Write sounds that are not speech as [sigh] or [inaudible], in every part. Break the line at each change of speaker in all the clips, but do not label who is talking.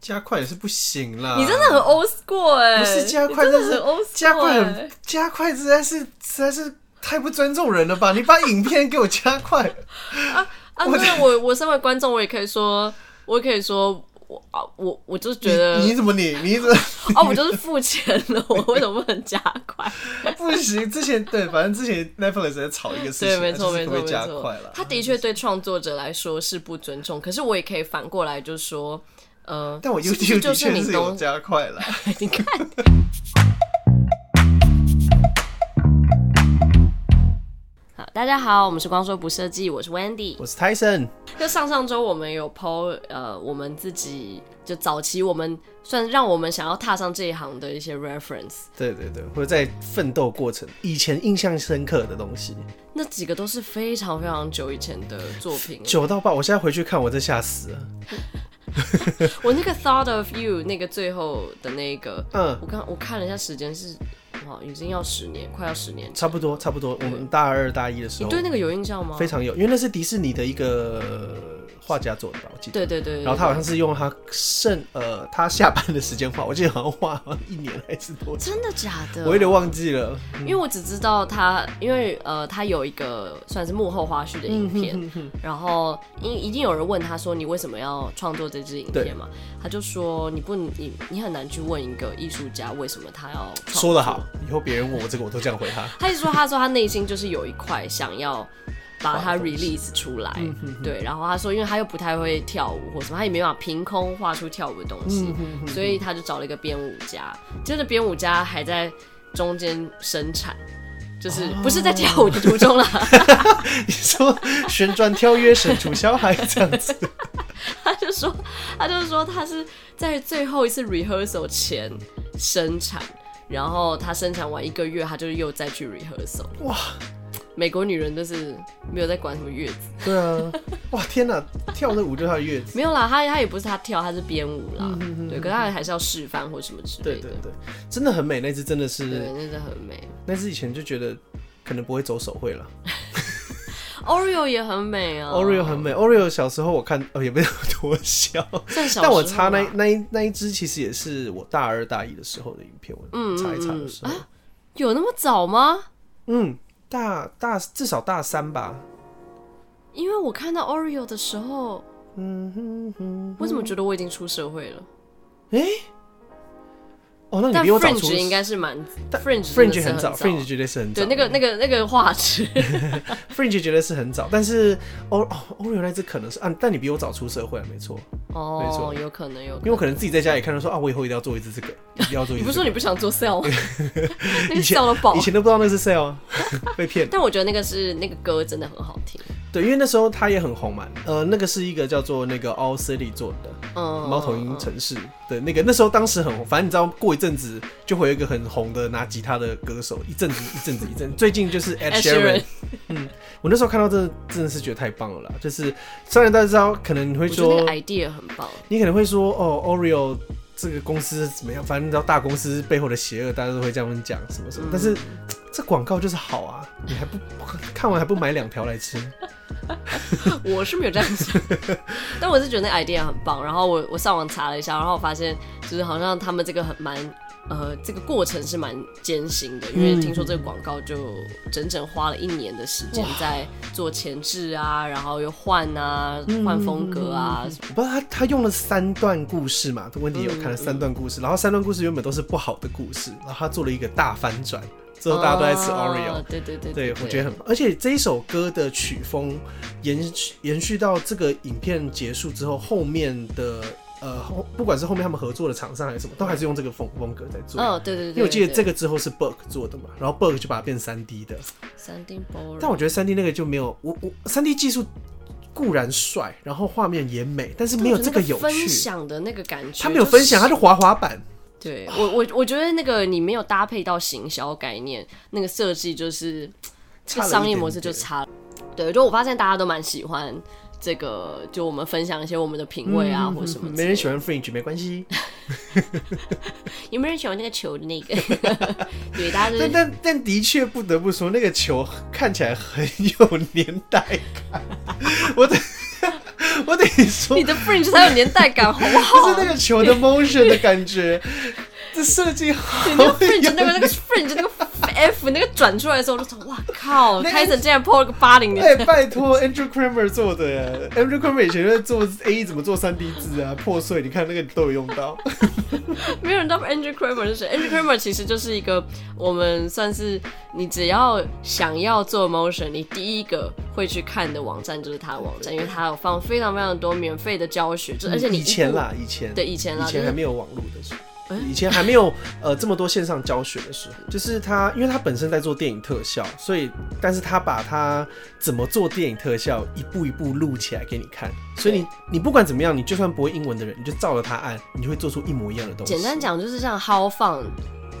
加快也是不行啦。
你真的很 old school 哎、
啊不是加快
你真的
但是
很 old school，
加快
哎
很加快，实在是实在是太不尊重人了吧？你把影片给我加快，
啊，那我我身为观众，我也可以说，我也可以说，我啊，我我就是 [laughs] 觉得
你，你怎么你你怎么？ [laughs]
哦，我就是付钱了，我为什么不能加
[laughs]
快？
不行，之前对，反正之前 Netflix 在吵一个事情
对，
啊，
没
就
错，
是
没
可不
错，
可
没
以加
错
快了。。嗯
他的确对创作者来说是不尊重，可是我也可以反过来就说，呃，
但我
是不
YouTube 的
就
确
你
是有
东
加快了，
你看。好，大家好，我们是光说不设计，我是 Wendy，
我是 Tyson，
就上上周我们有 PO 呃，我们自己就早期我们算让我们想要踏上这一行的一些 reference，
对对对，或者在奋斗过程以前印象深刻的东西，
那几个都是非常非常久以前的作品。
九到八，我现在回去看，我真吓死了。
我那个 Thought of You 那个最后的那个，
嗯，
我刚我看了一下时间是哇，已经要十年，快要十年前。
差不多差不多，我们大二大一的时
你
候
对那个有印象吗？
非常有，因为那是迪士尼的一个画家做的吧，我记得。
对对对对。
然后他好像是用他剩呃他下班的时间画，我记得好像画好像一年还是多久，
真的假的？
我有点忘记了。
因为我只知道他，因为呃，他有一个算是幕后花絮的影
嗯
片，然后一一定有人问他说你为什么要创作这支影片嘛？他就说你不你你很难去问一个艺术家为什么他要创作
说得好，，以后别人问我这个，我都这样回他。 [laughs]
他一直说他说他内心就是有一块想要。把它 release 出来，对，然后他说，因为他又不太会跳舞或什么，他也没办法凭空画出跳舞的东西，所以他就找了一个编舞家。真的编舞家还在中间生产，就是不是在跳舞的途中啦，
你说旋转跳跃神厨小孩这样子，
他就说，他就说他是在最后一次 rehearsal 前生产，然后他生产完一个月，他就又再去 rehearsal。
哇，
美国女人就是没有在管什么月子。
对啊， [laughs] 哇天哪，跳这舞就是他的乐子。
没有啦，他他也不是他跳，他是编舞啦，
嗯
对，可是他还是要示范或什么之
对
类的
对，对，真的很美，那只真的
对，
是，
那真的很美。
那只以前就觉得可能不会走手绘了。
Oreo 也很美啊
Oreo 很美，Oreo 小时候我看，哦也没有多小，
算小时候啦，
但我插那那一那一只其实也是我大二大一的时候的影片，我
嗯
查一查的时候，
有那么早吗？
嗯，大大至少大三吧，
因为我看到 Oreo 的时候，嗯哼哼，我怎么觉得我已经出社会了？
诶，哦，那你
但
比我早出
Fringe 应该是蛮
但
Fringe 真的是啊
Fringe 很早，Fringe 绝对是很早的，
对那个那个那个画
[laughs]
质，
Fringe 觉得是很早，但是哦哦 Oreo 那只可能是啊，但你比我早出社会、啊，没错，没
哦
错，
有可能有可
因
能。
为我可能自己在家里看到说啊，我以后一定要做一只这个，一定要做一
你
只、这
不是说哦
个。
你不想做 sale
[laughs]
吗？那个
以前
sale 的宝
以，前都不知道那是 sale 啊， [laughs] 被骗。
但我觉得那个是那个歌真的很好听，
对，因为那时候他也很红嘛，呃，那个是一个叫做那个 All City 做的
嗯，
猫头
嗯嗯
鹰
嗯
城市的那个，那时候当时很红，反正你知道，过一阵子就会有一个很红的拿吉他的歌手，一阵子一阵子一阵子，最近就是 Ed
Ed
Sheeran
Sheeran。
嗯，我那时候看到真的真的是觉得太棒了啦，就是虽然大家知道，可能你会
我觉得
说
那个 idea 很棒， [laughs]
你可能会说，哦，Oreo 这个公司怎么样？反正你知道大公司背后的邪恶，大家都会这样讲什么什么。但
嗯
是这广告就是好啊，你还不看完还不买两条来吃？
我是没有这样
[laughs]
想，但我是觉得那 idea 很棒。然后我我上网查了一下，然后我发现就是好像他们这个很蛮呃，这个过程是蛮艰辛的，因为
嗯
听说这个广告就整整花了一年的时间在做前置啊，然后又换啊，
嗯
换风格啊，
我不知道他他用了三段故事嘛，温迪有看了三段故事，然后三段故事原本都是不好的故事，然后他做了一个大翻转，之后大家都在吃
啊
Oreo。
对对对
对，我觉得很棒。而且这一首歌的曲风延续延续到这个影片结束之后，后面的呃，后不管是后面他们合作的厂商还是什么，都还是用这个风风格在做。
嗯，对对对，
因为我记得这
个
个之后是 Burke 做的嘛，然后 Burke 就把它变三 D 的，
三 D boring，
但我觉得三 D 那个就没有我我三 D 技术固然帅，然后画面也美，但是没有这
个
有
分
趣。
享的那个感觉，
他没有分享，他就滑滑板。
对我我我觉得那个你没有搭配到行销概念，那个设计就是这
差了一点点
商业模式就差了。对，就我发现大家都蛮喜欢这个，就我们分享一些我们的品味
嗯
啊，或者什么之类的。
没人喜欢 Fringe 没关系，
有没有人喜欢那个球的
[laughs]
那个？对，大家就
但
是
但但的确不得不说，那个球看起来很有年代感。我的 [laughs] 我得说
你，的 fringe 才有年代感，好不
就是
好？
那个球的 motion 的感觉， [laughs] 这设计好 [laughs]
你那个 fringe
有
那个那个 fringe 那个 F 那个转出来的时候，我就说哇靠，
那个
泰森竟然破了个八零
哎、
年代，
拜托，Andrew Kramer 做的耶，Andrew Kramer 以前就在做 A 怎么做三 D 字啊，破碎，你看那个都有用到。
没有人知道 Andrew Kramer 是谁。Andrew Kramer 其实就是一个我们算是你只要想要做 motion，你第一个会去看的网站就是他的网站，因为他有放非常非常多免费的教学，就而且
嗯
你
以
一
前
步
啦，以前
对以前啦
以
就
前
是
还没有网络的时候。
哎嗯
以前还没有呃这么多线上教学的时候，就是他，因为他本身在做电影特效，所以但是他把他怎么做电影特效一步一步录起来给你看，所以你你不管怎么样，你就算不会英文的人，你就照着他按，你就会做出一模一样的东西。
简单讲就是像 How Fun，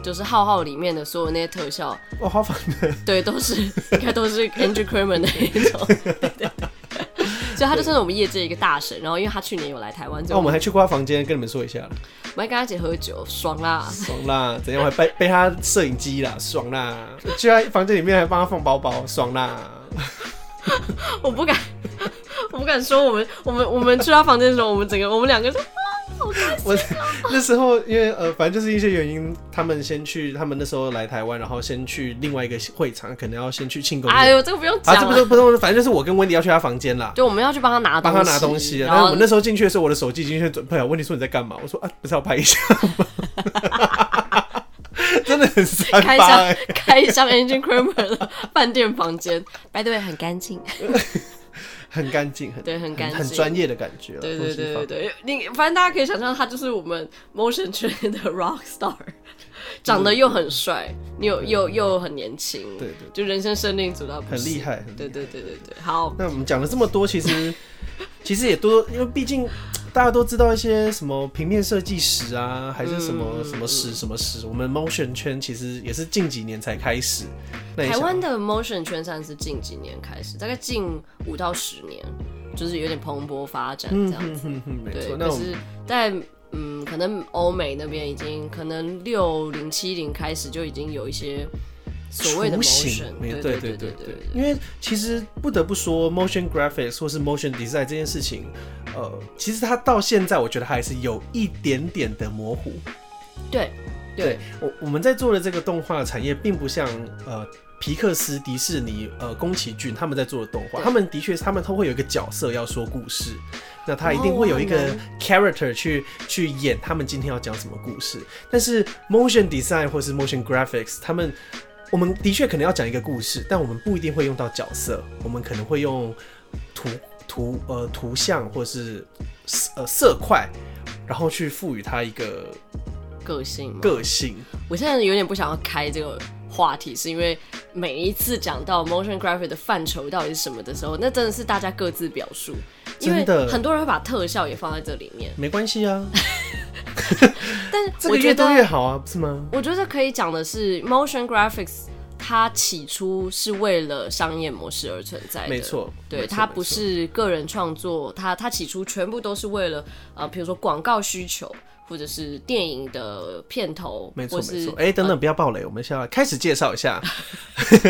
就是浩浩里面的所有那些特效， [laughs]
哦，好烦的，
对，都是应该都是 Andrew Kramer 的
[laughs]
一种，对对对所以他就算是我们业界一个大神。然后因为他去年有来台湾，
那、
所以
哦我
我
们
们
还去过他房间跟你们说一下了，
我们还跟他一起喝酒，爽啦！
爽啦，怎样我还被被他摄影机啦，爽啦，去他房间里面还帮他放包包，爽啦。
我不敢， [laughs] 我不敢说我们我们我们去他房间的时候，我们整个我们两个就
我那时候因为呃，反正就是一些原因，他们先去，他们那时候来台湾，然后先去另外一个会场，可能要先去庆功
哎
宴。
呦，这个不用
啊，
讲
这不
了。
是不是，反正就是我跟温迪要去他房间啦，
就我们要去帮他拿
帮他拿东
东
西。
然
然后
后
我那时候进去的时候，我的手机已经先准备好。温迪说你在干嘛？我说啊，不是要拍一下吗？ [laughs] 真的很三
开
八、
箱
欸，
[laughs] 开箱 Andrew Kramer 的饭店房间，by the way 很干净。
很干净，很
对很干净
很专业的感觉啦。
对
东
对
西
对
放
对对，你反正大家可以想象，他就是我们 motion 圈的 rock star，长得又很帅，又又又很年轻，
对对，
就人生胜利组到不
很
行
厉。害，很厉害
对对对对对，好，
那我们讲了这么多，其实 [laughs] 其实也多，因为毕竟大家都知道一些什么平面设计史啊，还是什么、
嗯
什么史什么史，我们 motion 圈其实也是近几年才开始。那你
台
想
湾的 motion 圈算是近几年开始，大概近五到十年，就是有点蓬勃发展这
嗯
样
嗯
子。
嗯嗯，没
对
错，。那
可
我们
是在嗯，可能欧美那边已经可能六零七零开始就已经有一些所谓的
雏形
motion，
没
对
对
对
对
对。
因为其实不得不说，motion graphics 或是 motion design 这件事情，呃，其实它到现在我觉得还是有一点点的模糊。
对对
对我我们在做的这个动画产业，并不像呃皮克斯、迪士尼、呃宫崎骏他们在做的动画，
对
他们的确他们都会有一个角色要说故事，那他一定
哦
会有一个
很
character 去去演他们今天要讲什么故事。但是 motion design 或是 motion graphics，他们我们的确可能要讲一个故事，但我们不一定会用到角色，我们可能会用图图呃图像或是色呃色块，然后去赋予它一个
个性嘛。
个性。
我现在有点不想要开这个话题，是因为每一次讲到 motion graphic 的范畴到底是什么的时候，那真的是大家各自表述，因
真
为
的
很多人会把特效也放在这里面，
没关系啊，
[laughs] 但
[laughs] 这
是
个
我
越
觉
多越
得，
好啊，不是吗？
我觉得可以讲的是 motion graphics。它起初是为了商业模式而存在的，
没错没错
对，它
没
不
错
是个人创作，它它起初全部都是为了呃，比如说广告需求，或者是电影的片头，
没错
或
没
是呃
错。哎、等等，不要暴雷，我们先要开始介绍一下。 [laughs]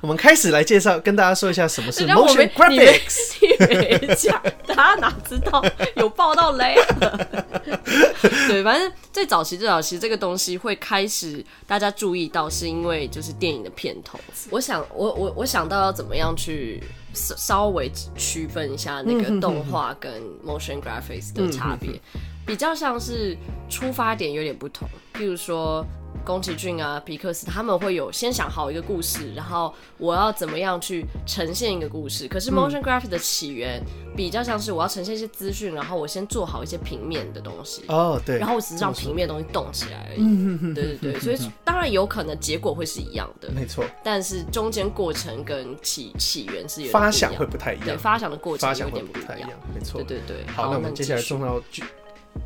我们开始来介绍，跟大家说一下什么是
人家我
motion
没你没
graphics。
你没讲，大家哪知道有爆到雷、啊？
[laughs]
对，反正最早期最早期这个东西会开始大家注意到，是因为就是电影的片头。我想，我我我想到要怎么样去稍稍微区分一下
嗯
那个动画跟 motion graphics 的差别，比较像是出发点有点不同。譬如说。宫崎骏啊、皮克斯，他们会有先想好一个故事，然后我要怎么样去呈现一个故事。可
嗯
是 motion graphic 的起源比较像是我要呈现一些资讯，然后我先做好一些平面的东西。
哦，对，
然后我只是让平面的东西动起来而
嗯
已。对对对，所以当然有可能结果会是一样的，
没错，
但是中间过程跟起起源是有点不一样
发想会不太一
对
样，
发想的过程
发
有
想会
点
不
不
太
一
一
样
样。，没错
对。对对，
好，那我们
你
接下来
继续
重要就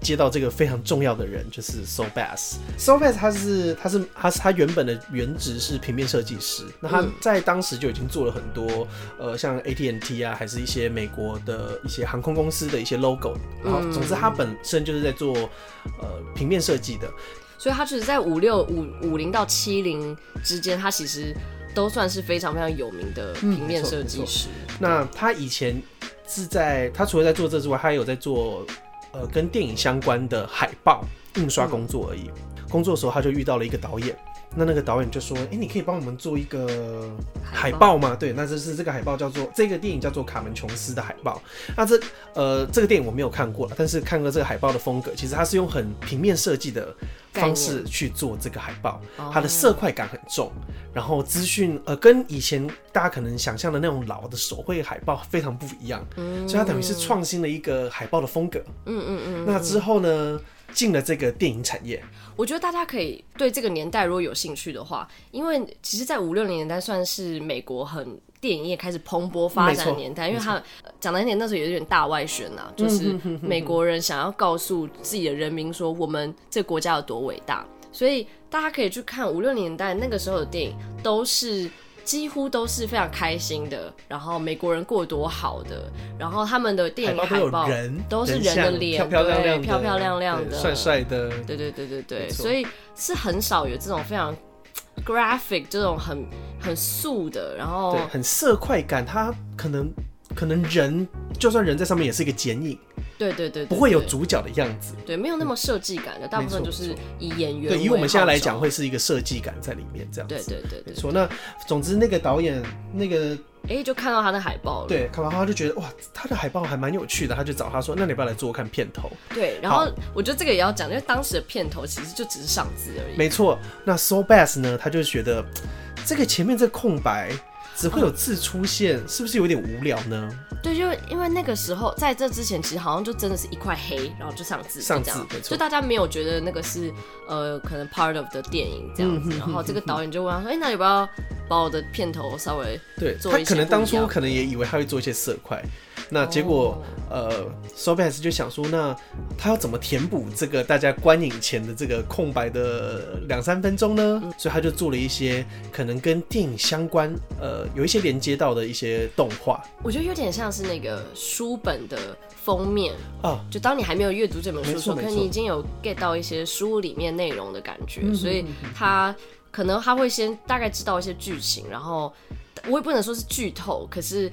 接到这个非常重要的人，就是 So Bass。So Bass 他是他是他是他原本的原职是平面设计师，那他在当时就已经做了很多呃像 AT&T 啊，还是一些美国的一些航空公司的一些 logo。然后，总之他本身就是在做呃平面设计的。
所以他其实，在五六五五零到七零之间，他其嗯实都算是非常非常有名的平面设计师。
那他以前是在他除了在做这之外，他也有在做呃跟电影相关的海报印刷工作而已。工作的时候，他就遇到了一个导演，那那个导演就说：“哎、你可以帮我们做一个海报吗？”对，那这是这个海报叫做这个电影叫做《卡门琼斯》的海报。那这呃这个电影我没有看过了，但是看过这个海报的风格，其实它是用很平面设计的方式去做这个海报，
哦
它的色块感很重，然后资讯呃跟以前大家可能想象的那种老的手绘海报非常不一样，所以它等于是创新了一个海报的风格。
嗯嗯嗯，
那之后呢，进了这个电影产业，
我觉得大家可以对这个年代如果有兴趣的话，因为其实，在五六零年代算是美国很电影业开始蓬勃发展的年代，因为他们呃讲难一点，那时候也有点大外宣呐、
嗯
就是美国人想要告诉自己的人民说，我们这个国家有多伟大，所以大家可以去看五六零年代那个时候的电影，都是。几乎都是非常开心的，然后美国人过得多好的，然后他们的电
海
影
报
海
都
报
有人，
都是人的
像
脸
漂漂亮亮的，
对漂漂亮亮
对
的
帅帅的，
对对对对对，
没错
所以是很少有这种非常 graphic 这种很很素的，然后
对，很色块感。它可能可能人，就算人在上面也是一个剪影，
对对对对
不会有
对
主角的样子。
对没有那么设计感的，大部分就是以演员
对，以
为
我们现在来讲，
号
会是一个设计感在里面，这样
召
子。
对对对
没
对，
错。那总之，那个导演那个
哎、就看到他的海报了，
对卡马哈就觉得哇，他的海报还蛮有趣的，他就找他说，那你要不要来做看片头？
对，然
好
后我觉得这个也要讲，因为当时的片头其实就只是上字而已，
没错。那 So Bass 呢，他就觉得这个前面这空白只会有字出现，是不是有点无聊呢？
对，就因为那个时候在这之前，其实好像就真的是一块黑，然后就上字，
上字
就这样
没错
就大家没有觉得那个是呃可能 part of 的电影这
嗯
样子，然后这个导演就问他说，哎、那要不要把我的片头稍微
对
做
他
一些
可能
不
当
一样哦
初可能也以为他会做一些色块，那结果、呃 s o b a s 就想说，那他要怎么填补这个大家观影前的这个空白的两三分钟呢？所以他就做了一些可能跟电影相关，呃，有一些连接到的一些动画
我觉得有点像是那个书本的封面，
啊，
就当你还没有阅读这本书的时候，
没错没
可
错
能你已经有 get 到一些书里面内容的感觉，
嗯
所以他可能他会先大概知道一些剧情，然后我也不能说是剧透，可是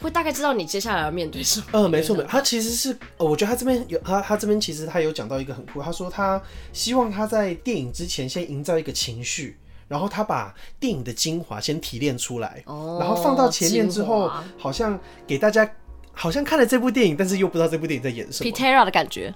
会大概知道你接下来要面对
[laughs]
什么。
呃，没错没错，他其实是，呃我觉得他这边有他他这边其实他有讲到一个很酷，他说他希望他在电影之前先营造一个情绪，然后他把电影的精华先提炼出来，
哦啊
然后放到前面之后，好像给大家好像看了这部电影，但是又不知道这部电影在演什
p i
么。
t e r a 的感觉，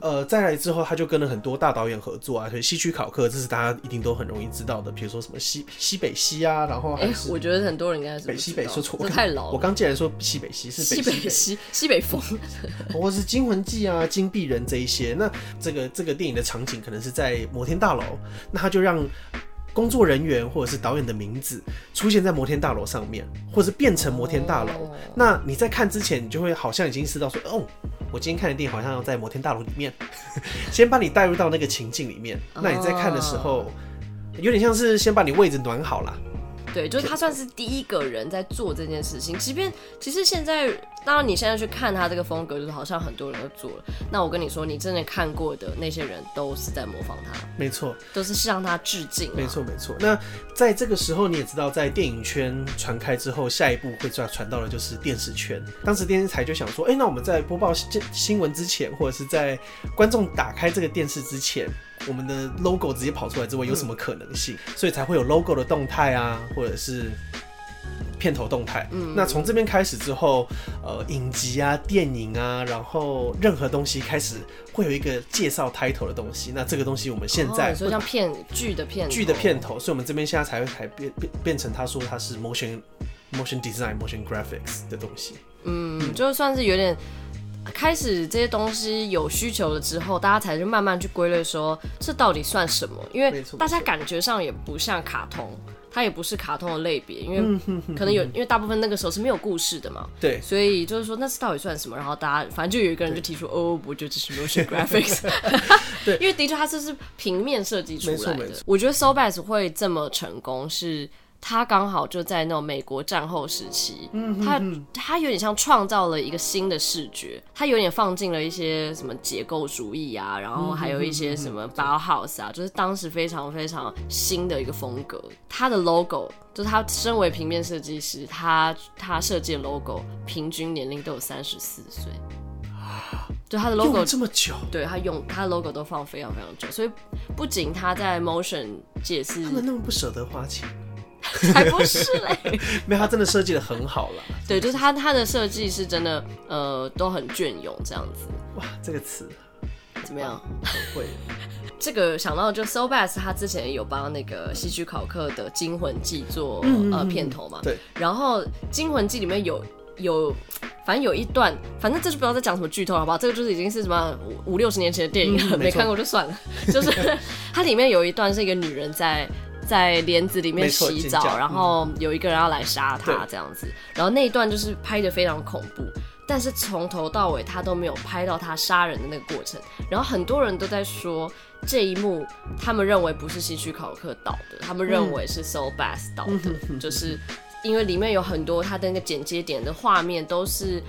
呃，再来之后，他就跟了很多大导演合作啊，所以西区考克，这是大家一定都很容易知道的，比如说什么西西北西啊，然后
哎、
还是
我觉得很多人应该是
北
不
西
知道
北，说错，
这
我刚
太老
我
了。
刚竟然说西北西是
西
北
北
西
西西北风，
北， [laughs] 或是《惊魂记》啊、《金币人》这一些。那这个这个电影的场景可能是在摩天大楼，那他就让。工作人员或者是导演的名字出现在摩天大楼上面，或者是变成摩天大楼，
哦
那你在看之前，你就会好像已经知道说，哦，我今天看的电影好像要在摩天大楼里面， [laughs] 先把你带入到那个情境里面。那你在看的时候，有点像是先把你位置暖好啦。
对，就是他算是第一个人在做这件事情。即便其实现在，当然你现在去看他这个风格，就是好像很多人都做了。那我跟你说，你真的看过的那些人都是在模仿他，
没错，
都是向他致敬、啊
没，错，没错。那在这个时候，你也知道，在电影圈传开之后，下一步会传传到的就是电视圈。当时电视台就想说，哎、那我们在播报新新闻之前，或者是在观众打开这个电视之前，我们的 logo 直接跑出来之外，有什么可能性？所以才会有 logo 的动态啊，或者是。片头动态，嗯，那从这边开始之后，呃，影集啊、电影啊，然后任何东西开始会有一个介绍 title 的东西。那这个东西我们现在
哦、你
会
说像片剧的片头
剧的片头，所以我们这边现在才会才变变变成他说他是 motion motion design motion graphics 的东西。
嗯，就算是有点开始这些东西有需求了之后，大家才去慢慢去归类说这到底算什么，因为
没错
大家感觉上也不像卡通。它也不是卡通的类别，因
嗯
为可能有，因为大部分那个时候是没有故事的嘛，
对，
所以就是说，那是到底算什么？然后大家反正就有一个人就提出，哦，我觉得这是
[laughs]
motion graphics，
对
因为的确它这是平面设计出
没
来
错没
的
错。
我觉得 So Bass 会这么成功是。他刚好就在那种美国战后时期，
嗯
他他有点像创造了一个新的视觉，他有点放进了一些什么解构主义啊，然后还有一些
嗯
什么 Bauhaus 啊，就是当时非常非常新的一个风格。他的 logo 就是他身为平面设计师，他他设计的 logo 平均年龄都有三十四岁，就他的 logo
用这么久，
对他用他的 logo 都放非常非常久，所以不仅他在 motion 界是
他们那么不舍得花钱，
才不是嘞，
没有他真的设计的很好啦。
对，就是他他的设计是真的，呃，都很隽永这样子，
哇，这个词
怎么样？
很会。
这个想到就 So Bass，他之前有帮那个希区考克的《惊魂记做》呃片头嘛，
对，
然后《惊魂记》里面有有，反正有一段，反正这就不要再讲什么剧透好不好？这个就是已经是什么五五六十年前的电影了，
嗯没
没
错
看过就算了。就是
[laughs]
它里面有一段是一个女人在。在帘子里面
没错
洗
尖
澡，
叫嗯
然后有一个人要来杀她
对
这样子，然后那一段就是拍的非常恐怖，但是从头到尾他都没有拍到他杀人的那个过程，然后很多人都在说这一幕，他们认为不是希区考克导的，他们
嗯
认为是 Soul Bass 导的，就是因为里面有很多他的那个剪接点的画面都是。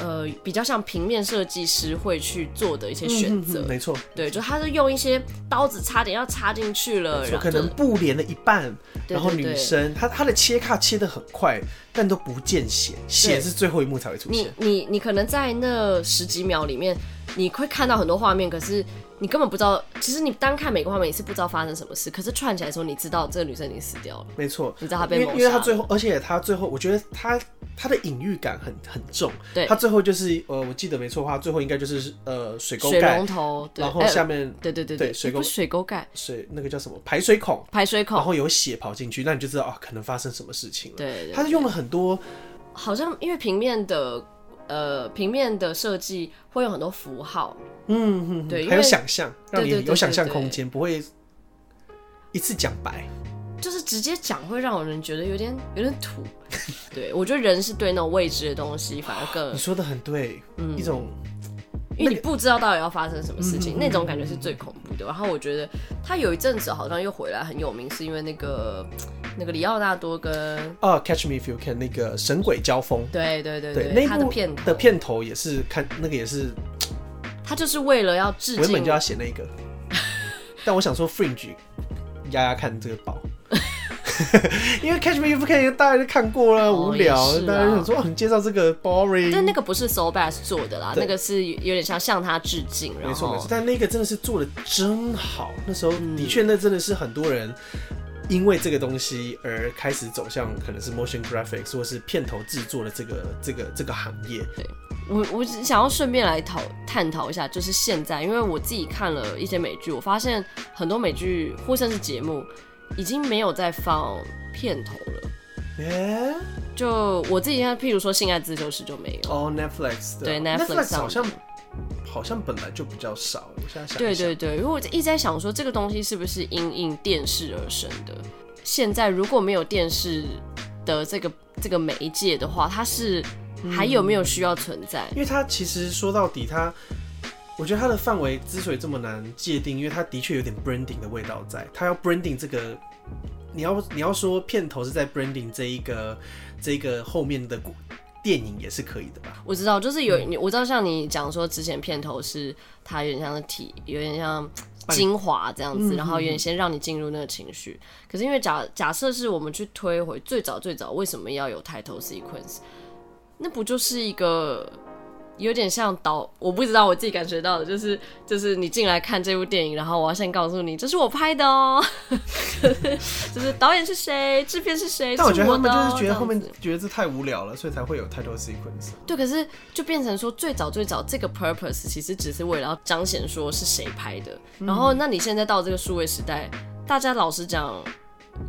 呃，比较像平面设计师会去做的一些选择，
嗯没错，
对，就他是用一些刀子差点要插进去了，
说
然后
可能布连了一半，
啊对
然后
对
女
对
生她她的切卡切的很快，但都不见血，血是最后一幕才会出
你
现。
你你可能在那十几秒里面，你会看到很多画面，可是你根本不知道。其实你单看每个画面，你是不知道发生什么事，可是串起来的时候，你知道这个女生已经死掉了。
没错，
你知道她被
因
谋
为因
杀
为她最后，而且她最后，我觉得她她的隐喻感很很重。
对
她最后就是呃，我记得没错的话，最后应该就是呃水沟
水
盖
龙，头，对，
然后
哎
下面
对对对
对
对，
水
不
沟
是水沟盖，
水那个叫什么排水孔，
排水
然
孔，
后有血跑进去，那你就知道啊，可能发生什么事情了。，
对对
她是用了很多
好像因为平面的呃平面的设计会有很多符号，
嗯，嗯
对
嗯
因
还有
为
想象，让
对对
你
对
有想象
对对
空间，不会一次讲白。
就是直接讲会让人觉得有点有点
[laughs]
土。对我觉得人是对那种未知的东西反而
[laughs]
更嗯
你说的很对，一种
因为你不知道到底要发生什么事
嗯
情，那种感觉是最恐怖的。然后我觉得他有一阵子好像又回来很有名，是因为那个那个里奥纳多跟
啊，Catch Me If You Can 那个神鬼交锋，
对对对
那一
他
部
的片头
的，片头也是看那个也是
他就是为了要致
文本
敬
就要写那
[laughs]
个，但我想说 Fringe 压压看这个宝。因为 Catch Me If You Can 大家都看过了，
哦
无聊
也，是啊
大家想说哦，你介绍这个 boring，
但那个不是 So Bass 做的啦，
对
那个是有点像向他致敬，然
没错没错
后，
但那个真的是做的真好，那时候
嗯
的确那真的是很多人因为这个东西而开始走向可能是 motion graphics 或是片头制作的这个这个这个行业。
我我只想要顺便来讨探讨一下，就是现在，因为我自己看了一些美剧，我发现很多美剧或甚至节目已经没有在放片头了。
哎、
就我自己现在，譬如说《性爱自修室》就没有，
哦、Netflix 的
对
Netflix
上
好像
面
好像本来就比较少，我现在想一
对
想
对对，因为我一直在想说，这个东西是不是因应电视而生的？现在如果没有电视的这个这个媒介的话，它是还有
嗯
没有需要存在？
因为它其实说到底它。我觉得它的范围之所以这么难界定，因为它的确有点 branding 的味道在，它要 branding 这个，你要你要说片头是在 branding 这一个这一个后面的故电影也是可以的吧？
我知道，就是有
嗯
你，我知道像你讲说之前片头是它有点像是体，有点像
你
精华这样
嗯
子，然后有点先让你进入那个情绪。可是因为假假设是我们去推回最早最早为什么要有 title sequence，那不就是一个有点像导，我不知道我自己感觉到的，就是就是你进来看这部电影，然后我要先告诉你这是我拍的哦， [laughs] 就是导演是谁，制片是谁，
但我
是
觉得他
的
们
哦
就是觉
这
得
样
后面
子
觉得这太无聊了，所以才会有太多 sequence。
对，可是就变成说，最早最早这个 purpose 其实只是为了要彰显说是谁拍的。
嗯
然后，那你现在到这个数位时代，大家老实讲，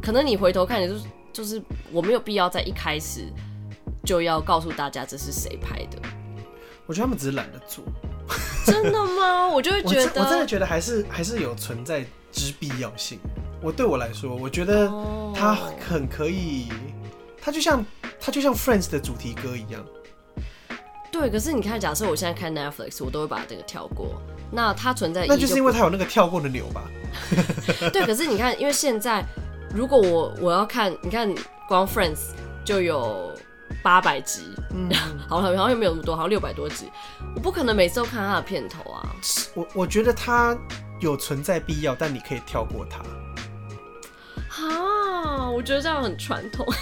可能你回头看，你就是就是我没有必要在一开始就要告诉大家这是谁拍的，
我觉得他们只是懒得做，
真的吗？我就会
我
觉
真我真的
得，
觉得还是还是有存在之必要性。我对我来说，我觉得
哦
它很可以，它就像它就像 Friends 的主题歌一样。
对。可是你看，假设我现在看 Netflix，我都会把这个跳过。那它存在意义
那就是因为
不
它有那个跳过的钮吧？
对，可是你看，因为现在如果我我要看，你看光 Friends 就有八百集， [laughs] 好像好像也没有那么多，好像六百多集。我不可能每次都看他的片头啊，
我我觉得它有存在必要，但你可以跳过
[laughs]
它。
啊，我觉得这样很传统。 [laughs]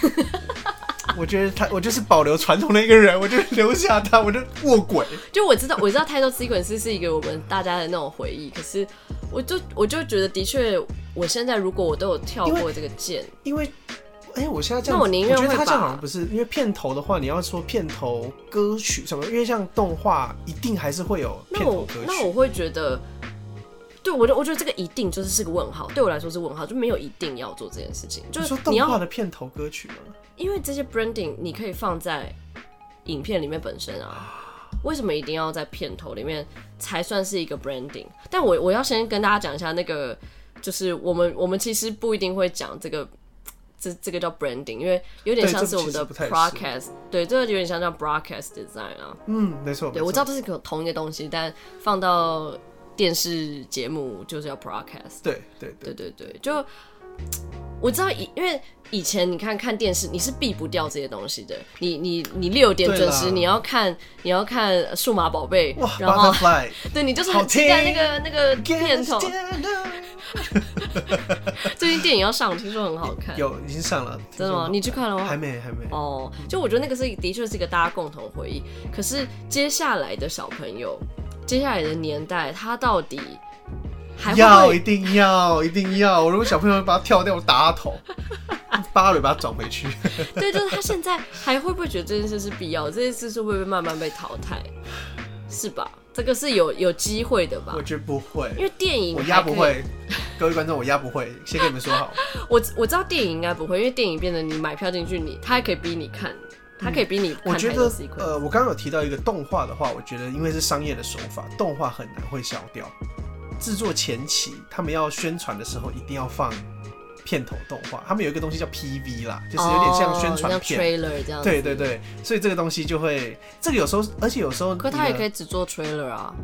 我觉得他，我就是保留传统的一个人，我就留下他，我就卧轨。
就我知道，我知道 title sequence 是一个我们大家的那种回忆，可是我就我就觉得，的确，我现在如果我都有跳
因
过这个键，
因为，哎、我现在这样，
那我宁愿
觉得
会
他这样
把
好像不是，因为片头的话，你要说片头歌曲什么，因为像动画一定还是会有片
那
头
我
歌
那
曲。
我会觉得，对我就我觉得这个一定就是是个问号，对我来说是问号，就没有一定要做这件事情，就
你
是
说动
你
画
要
的片头歌曲吗？
因为这些 branding 你可以放在影片里面本身啊，为什么一定要在片头里面才算是一个 branding？但我我要先跟大家讲一下那个，就是我们我们其实不一定会讲这个。这这个叫 branding，因为有点
对
像
这
是我们
其实
的
不太是
broadcast，对，这个有点像叫 broadcast design 啊。
嗯，没错，
对，
没
我知
错
道。这是个同一个东西，但放到电视节目就是要 broadcast。
对对
对
对，
对对，就我知道以因为以前你看看电视，你是避不掉这些东西的。你你你六点
对
准
啦
时，你要看你要看呃数码宝贝
哇，
然后
，Butterfly，
对你就是
好
很期待那
听
个那个 [laughs] 片头。
Get
最近电影要上，听说很好看，
有已经上了，
真的吗？你去看了吗？
还没还没。
哦，就我觉得那个是的确是一个大家共同回忆。可是接下来的小朋友，接下来的年代，他到底还会不
要一
会
定要一定要！如果小朋友把它跳掉，我打他头， [laughs] 巴嘴把它转回
[laughs]
去。
对，就是他现在还会不会觉得这件事是必要的？这件事是会不会慢慢被淘汰？是吧？这个是有有机会的吧
我？觉得不会，
因为电影
我压
还
不
可以，
会。各位观众，我压不会，先跟你们说
[laughs]
好。
我我知道电影应该不会，因为电影变成你买票进去，你他还可以逼你看，他可以逼你看
嗯我觉
title
得
sequence。
呃，我刚刚有提到一个动画的话，我觉得因为是商业的手法，动画很难会消掉。制作前期他们要宣传的时候，一定要放片头动画。他们有一个东西叫 PV 啦，就是有点像宣传
哦像
片。
trailer 这样。
对对。对，所以这个东西就会，这个有时候，而且有时候，
可他也可
以。
以只做 trailer 啊，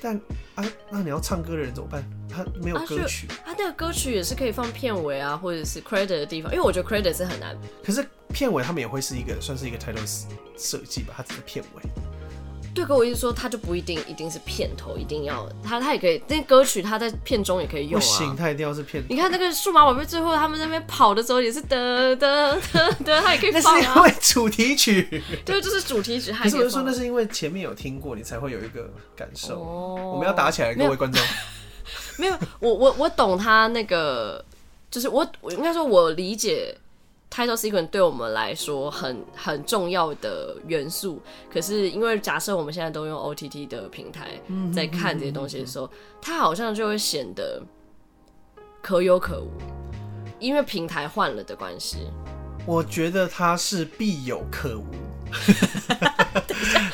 但啊，那你要唱歌的人怎么办？他没有
啊
歌
就
曲，
他那个歌曲也是可以放片尾啊，或者是 credit 的地方，因为我觉得 credit 是很难
可是片尾他们也会是一个算是一个 title 设计吧，它只是片尾。
对，可我意思说，它就不一定一定是片头，一定要它它也可以，那歌曲它在片中也可以
不
用
行，
啊。
它一定要是片头。
你看那个数码宝贝，最后他们在那边跑的时候也是得得得得，它也可以
那
放
是因
啊。
为主题曲。
[laughs] 对，就是主题曲还
可是
可
我
以
就说，
放
那
啊。
是因为前面有听过，你才会有一个感受。
哦
我们要打起来，
没
各
有
位观众。
没有，我我我懂他那个，就是我我应该说，我理解 title sequence 对我们来说很很重要的元素。可是因为假设我们现在都用 OTT 的平台在看这些东西的时候，它好像就会显得可有可无，因为平台换了的关系。
我觉得它是必有可无，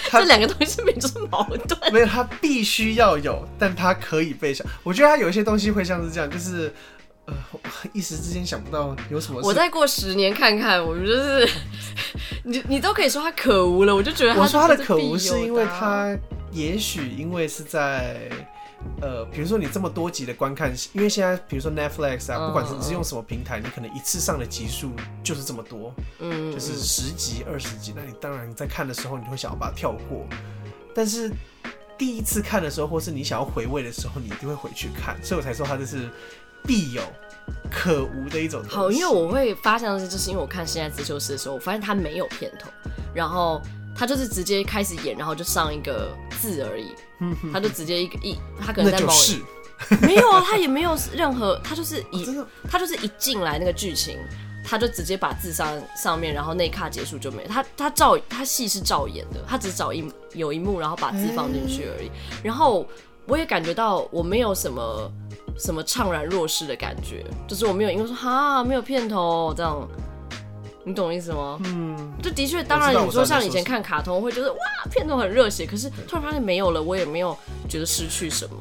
它
这两个东西本就是矛盾。
没有它必须要有，但它可以被想。我觉得它有一些东西会像是这样，就是呃，我一时之间想不到有什么
我
是。
再过十年看看，我就是 [laughs] 你你都可以说它可无了，我就觉得它
我说它的
就是
可
必
无是
有
因为
的啊
它也许因为是在。呃，比如说你这么多集的观看，因为现在比如说 Netflix 啊，
嗯
不管是你是用什么平台，你可能一次上的集数就是这么多，
嗯
就是十集、二十集，那你当然你在看的时候，你会想要把它跳过，但是第一次看的时候，或是你想要回味的时候，你一定会回去看，所以我才说它这是必有可无的一种东西。
好，因为我会发现的是，就是因为我看《现在自修室》的时候，我发现它没有片头，然后它就是直接开始演，然后就上一个字而已，它就直接一个一，它可能
那
在
就
某
是
[laughs]
哦
没有啊，它也没有任何，它就是一
真的
他就是一进来那个剧情，他就直接把字上上面，然后那一卡结束就没了。他他照他戏是照演的，他只找一有一幕，然后把字放进去而已。
嗯
然后我也感觉到我没有什么什么怅然若失的感觉，就是我没有因为说哈没有片头这样。你懂我意思吗？嗯，就的确，当
我
然
知道
你说
我知道
像
你
以
说
前
什
看卡通会觉得哇片头很热血，可是突然发现没有了，我也没有觉得失去什么。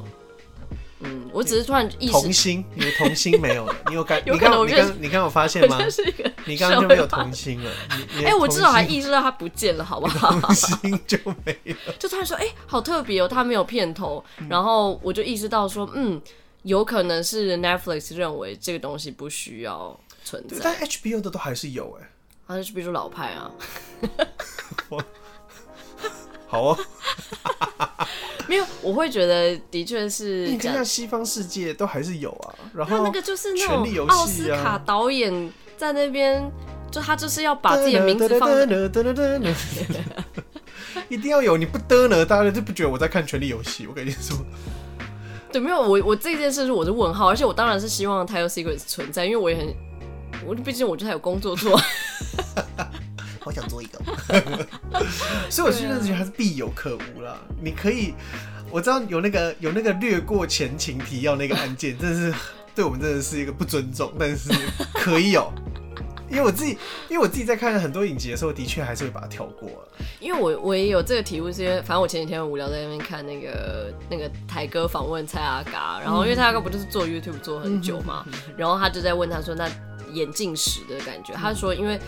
嗯，我只是突然意识
童心，你的童心没有
[laughs]
了，你有感？
有
你
可能
刚
我
你
变
刚你刚有发现吗
到，？这是一个
你刚刚就没有童心了。你
哎、我至少还
一
意识到它不见了，好不好？ [laughs]
童心就没有。
就突然说，哎、好特别哦，它没有片头。然后我嗯就意识到说，嗯，有可能是 Netflix 认为这个东西不需要存
对，
在。
但 HBO 的都还是有哎、
啊，就是比如说老派啊， [laughs]
好
[laughs]
哦，
没有，我会觉得的确是
你
这
看
样
像。西方世界都还是有啊，然
他
后
那个就是那
权力游
种
戏啊
奥斯卡导演在那边，就他就是要把自己的名字放在。 [laughs]
一定要有，你不得呢，大家就不觉得我在看《权力游戏》。我跟你说，
对，没有我我这件事是我是问号，而且我当然是希望 Title Secrets 存在，因为我也很，我毕竟我就还有工作做。
好想做一
[laughs]
个，所以我就认觉得它是必有可无啦。你可以，我知道有那个有那个略过前情提要那个案件，真的是 [laughs] 对我们真的是一个不尊重，但是可以有。 [laughs] 因为我自己，因为我自己在看很多影集的时候，的确还是会把它跳过了。
因为我我也有这个题目，是因为反正我前几天很无聊在那边看那个那个台哥访问蔡阿嘎，然后因为蔡阿嘎不就是做 YouTube 做很久嘛，
嗯
然后他就在问他说那眼镜史的感觉，他说因为。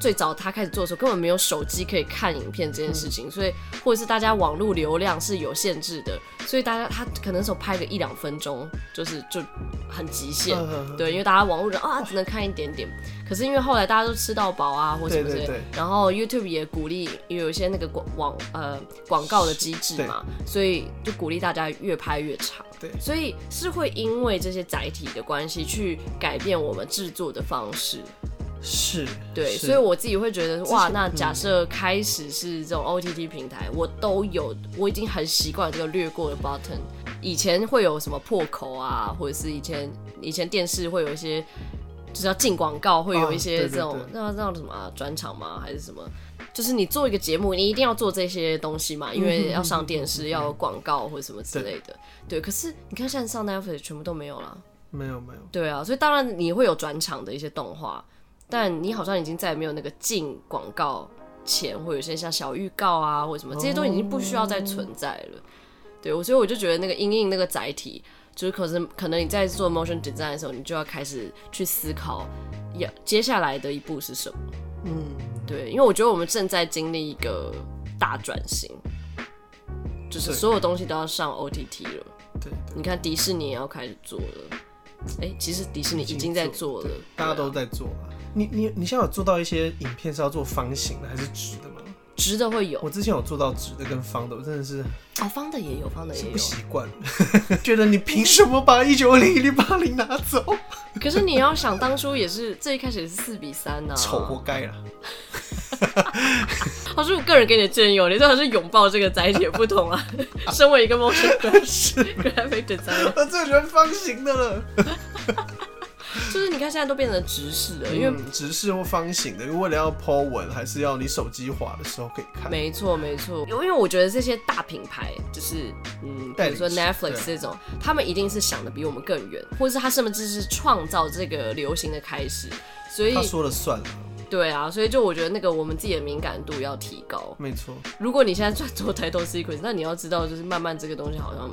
最早他开始做的时候，根本没有手机可以看影片这件事
嗯
情，所以或者是大家网络流量是有限制的，所以大家他可能手拍个一两分钟，就是就很极限，
嗯
对，因为大家网络人啊只能看一点点，可是因为后来大家都吃到饱啊，或什么之类
对
的
对对
然后 YouTube 也鼓励也有一些那个广网呃广告的机制嘛，所以就鼓励大家越拍越长。
对
所以是会因为这些载体的关系去改变我们制作的方式。
是，
对，
是嗯
所以我自己会觉得哇，
之前
那假设开始是这种 OTT 平台，我都有，我已经很习惯这个略过的 button。以前会有什么破口啊，或者是以前以前电视会有一些，就是要进广告，会有一
啊对
些
对
这种、
对
那那种什么啊转、场吗，还是什么？就是你做一个节目，你一定要做这些东西嘛，因为要上电视，要有广告或者什么之类的。对，可是你看现在上 Netflix 全部都没有了。
没有没有，
对啊，所以当然你会有转场的一些动画，但你好像已经再也没有那个进广告前，或有一些像小预告啊，或者什么这些都已经不需要再存在了。对，我所以我就觉得那个阴影那个载体，就是可能可能你在做 motion design 的时候，你就要开始去思考，要接下来的一步是什么。
嗯，
对，因为我觉得我们正在经历一个大转型，就是
对
所有东西都要上 OTT 了。
对对。
你看迪士尼也要开始做了，哎、其实迪士尼已经在做了，
对大家都
对啊
在做了。你你你现在有做到一些影片是要做方形的还是直的吗？
直的会有
我之前有做到直的跟方的，我真的是
哦，方的也有，方的也
不
[laughs] 有。
习惯， [laughs] 觉得你凭什么把一九零一零八零拿走？
可是你要想，当初也是最一开始也是四比三啊呐、
丑啊活该啦！
好，是我个人给你的建议哦，你最好是拥抱这个载体的不
[laughs]
同啊。身为一个 motion [laughs] graphic designer，
我 [laughs] 最喜欢方形的了，
就是你看现在都变成直视了，因为。
嗯直视或方形的，为了要 Po 文，还是要你手机滑的时候可以看。
没错，没错，因为我觉得这些大品牌，就是嗯，比
代
如
理
说
商
Netflix
对
这种，他们一定是想的比我们更远，或者是他甚至是创造这个流行的开始，所以
他说了算了，
对啊，所以就我觉得那个我们自己的敏感度要提高。
没错，
如果你现在在做 title sequence，那你要知道，就是慢慢这个东西好像，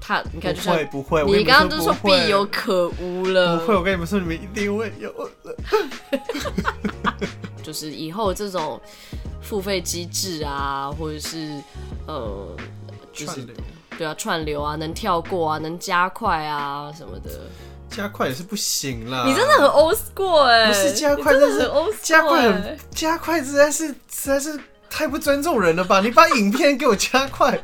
它你看就
不
像
会不会，我跟
你
们
刚刚就说
不会
必有可无了，
不会，我跟你们说，你们一定会有的。
就是以后这种付费机制啊，或者是呃，就是
串流
对啊，串流啊，能跳过啊，能加快啊什么的，
加快也是不行啦，
你真的很 old school 哎、
啊不是加快
你真
这
的
是
很 old school，、欸、
加快很加快实在是实在是太不尊重人了吧！你把影片给我加快，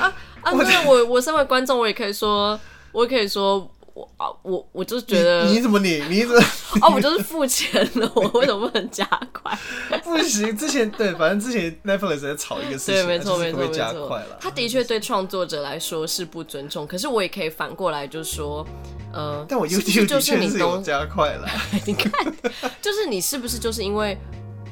啊！
我
那我我身为观众，我也可以说，我也可以说，我啊，我我就觉得
你你怎么你你怎么
哦，我就是付钱了，我为什么不能加快？
[laughs] 不行？之前对，反正之前 Netflix 在吵一个事
对，
情，
没错，
它就是
没
不
错，
会
没
加
错
快了。。
他的确对创作者来说是不尊重，可是我也可以反过来就说，呃，
但我
是
YouTube
不是
的
就
确
你
是有
东，
加快了，
你看，就是你是不是就是因为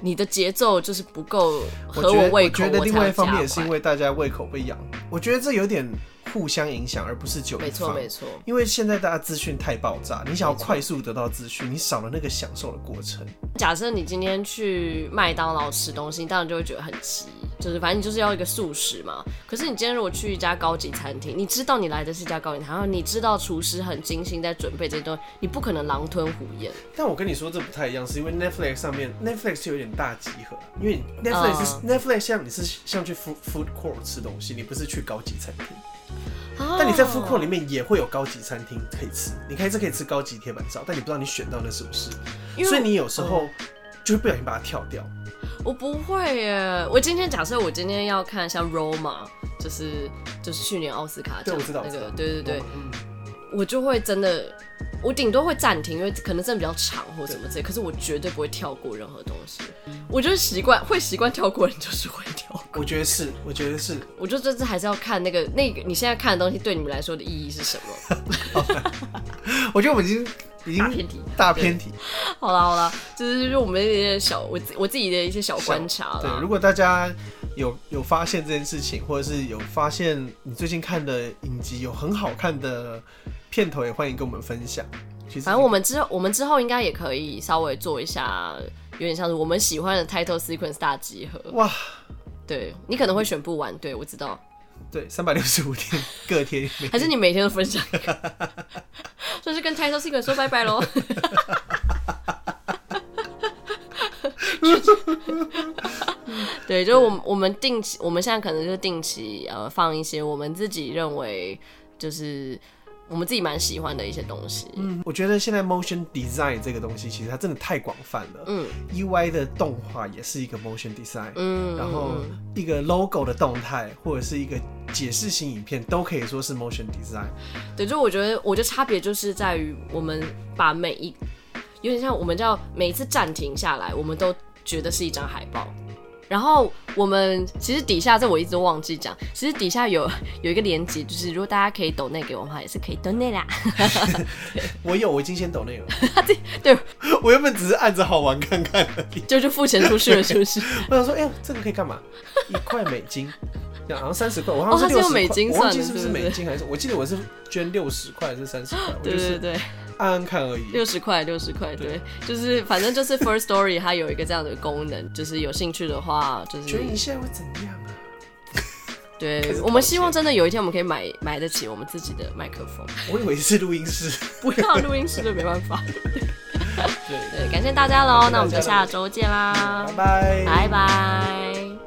你的节奏就是不够
我
合
觉得
胃
我
口，
觉得
我
另
才
外一
要
方面
加
也是因
快。
为大家胃口被养，我觉得这有点互相影响，而不是久一
没错，
方
没错，
因为现在大家资讯太爆炸，你想要快速得到资讯，你少了那个享受的过程。
假设你今天去麦当劳吃东西，你当然就会觉得很急，就是反正你就是要一个素食嘛。可是你今天如果去一家高级餐厅，你知道你来的是一家高级餐厅，然后你知道厨师很精心在准备这些东西，你不可能狼吞虎咽。
但我跟你说，这不太一样，是因为 Netflix 上面 Netflix 有点大集合，因为
嗯
Netflix 是、Netflix 像你是像去 food food court 吃东西，你不是去高级餐厅。
啊，
但你在 food court 里面也会有高级餐厅可以吃，你开车可以吃高级铁板烧，但你不知道你选到那是不是，
因为
所以你有时候就会不小心把它跳掉。
我不会耶。我今天假设我今天要看像 Roma，就是就是去年奥斯卡
对
奖
我知道
那
我知
个
道，
对对对，
嗯，
我就会真的，我顶多会暂停，因为可能真的比较长或什么之类。可是我绝对不会跳过任何东西。我就是习惯会习惯跳过人，就是会跳
[laughs]
过。
我觉得是，我觉得是，
我就这次还是要看那个那个你现在看的东西对你们来说的意义是什
[laughs]
么？
我觉得我们已经已
大
经
偏题。
大偏题。
[laughs] 好啦好啦，就是就是我们的一些小我自我自己的一些小
小
观察
对，
啦
如。果大家有有发现这件事情，或者是有发现你最近看的影集有很好看的片头，也欢迎跟我们分享。其实
反正我们之后我们之后应该也可以稍微做一下，有点像是我们喜欢的 title sequence 大集合。
哇，
对你可能会选不完，对我知道。
对，三百六十五天 [laughs] 各天每
还是你每天都分享
[laughs]
一个，算是跟 Title Secret 说拜拜喽。对，就是我们我们定期，我们现在可能就是定期呃放一些我们自己认为就是我们自己蛮喜欢的一些东西。
我觉得现在 motion design 这个东西，其实它真的太广泛了。
嗯
，EY E 的动画也是一个 motion design，、
嗯，
然后
嗯
一个 logo 的动态或者是一个解释型影片，都可以说是 motion design。
对，就我觉得，我觉得差别就是在于我们把每一有点像我们叫每一次暂停下来，我们都觉得是一张海报。然后我们其实底下这我一直都忘记讲，其实底下有有一个连接，就是如果大家可以抖内给我们的话，也是可以抖
[laughs]
内啦。
我有，我已经先抖那个了。
[laughs] 对，
我原本只是按着好玩看看而已。
就就付钱出去了，是不是？
我想说，哎、呀，这个可以干
[laughs]
嘛？一块美金，这样好像三十块，我好
哦
像
它是
六
用
十
美金
我忘
算
记
的
是不是
对不对
美金还是？我记得我是捐六十块还是三十块，我
对
[laughs] 就
对
是
对，
按按看而已。
六十块，六十块，对，就是反正就是 First Story 它有一个这样的功能，就是有兴趣的话，就是
捐一下会怎样啊？开
对
始
我们
道
希望真的有一天我们可以买买得起我们自己的麦克风。
我以为是录音室。
不要录音室就没办法。
对，
对，感谢大家喽，那我们就
感谢大家
下周见啦
拜，拜。
拜拜。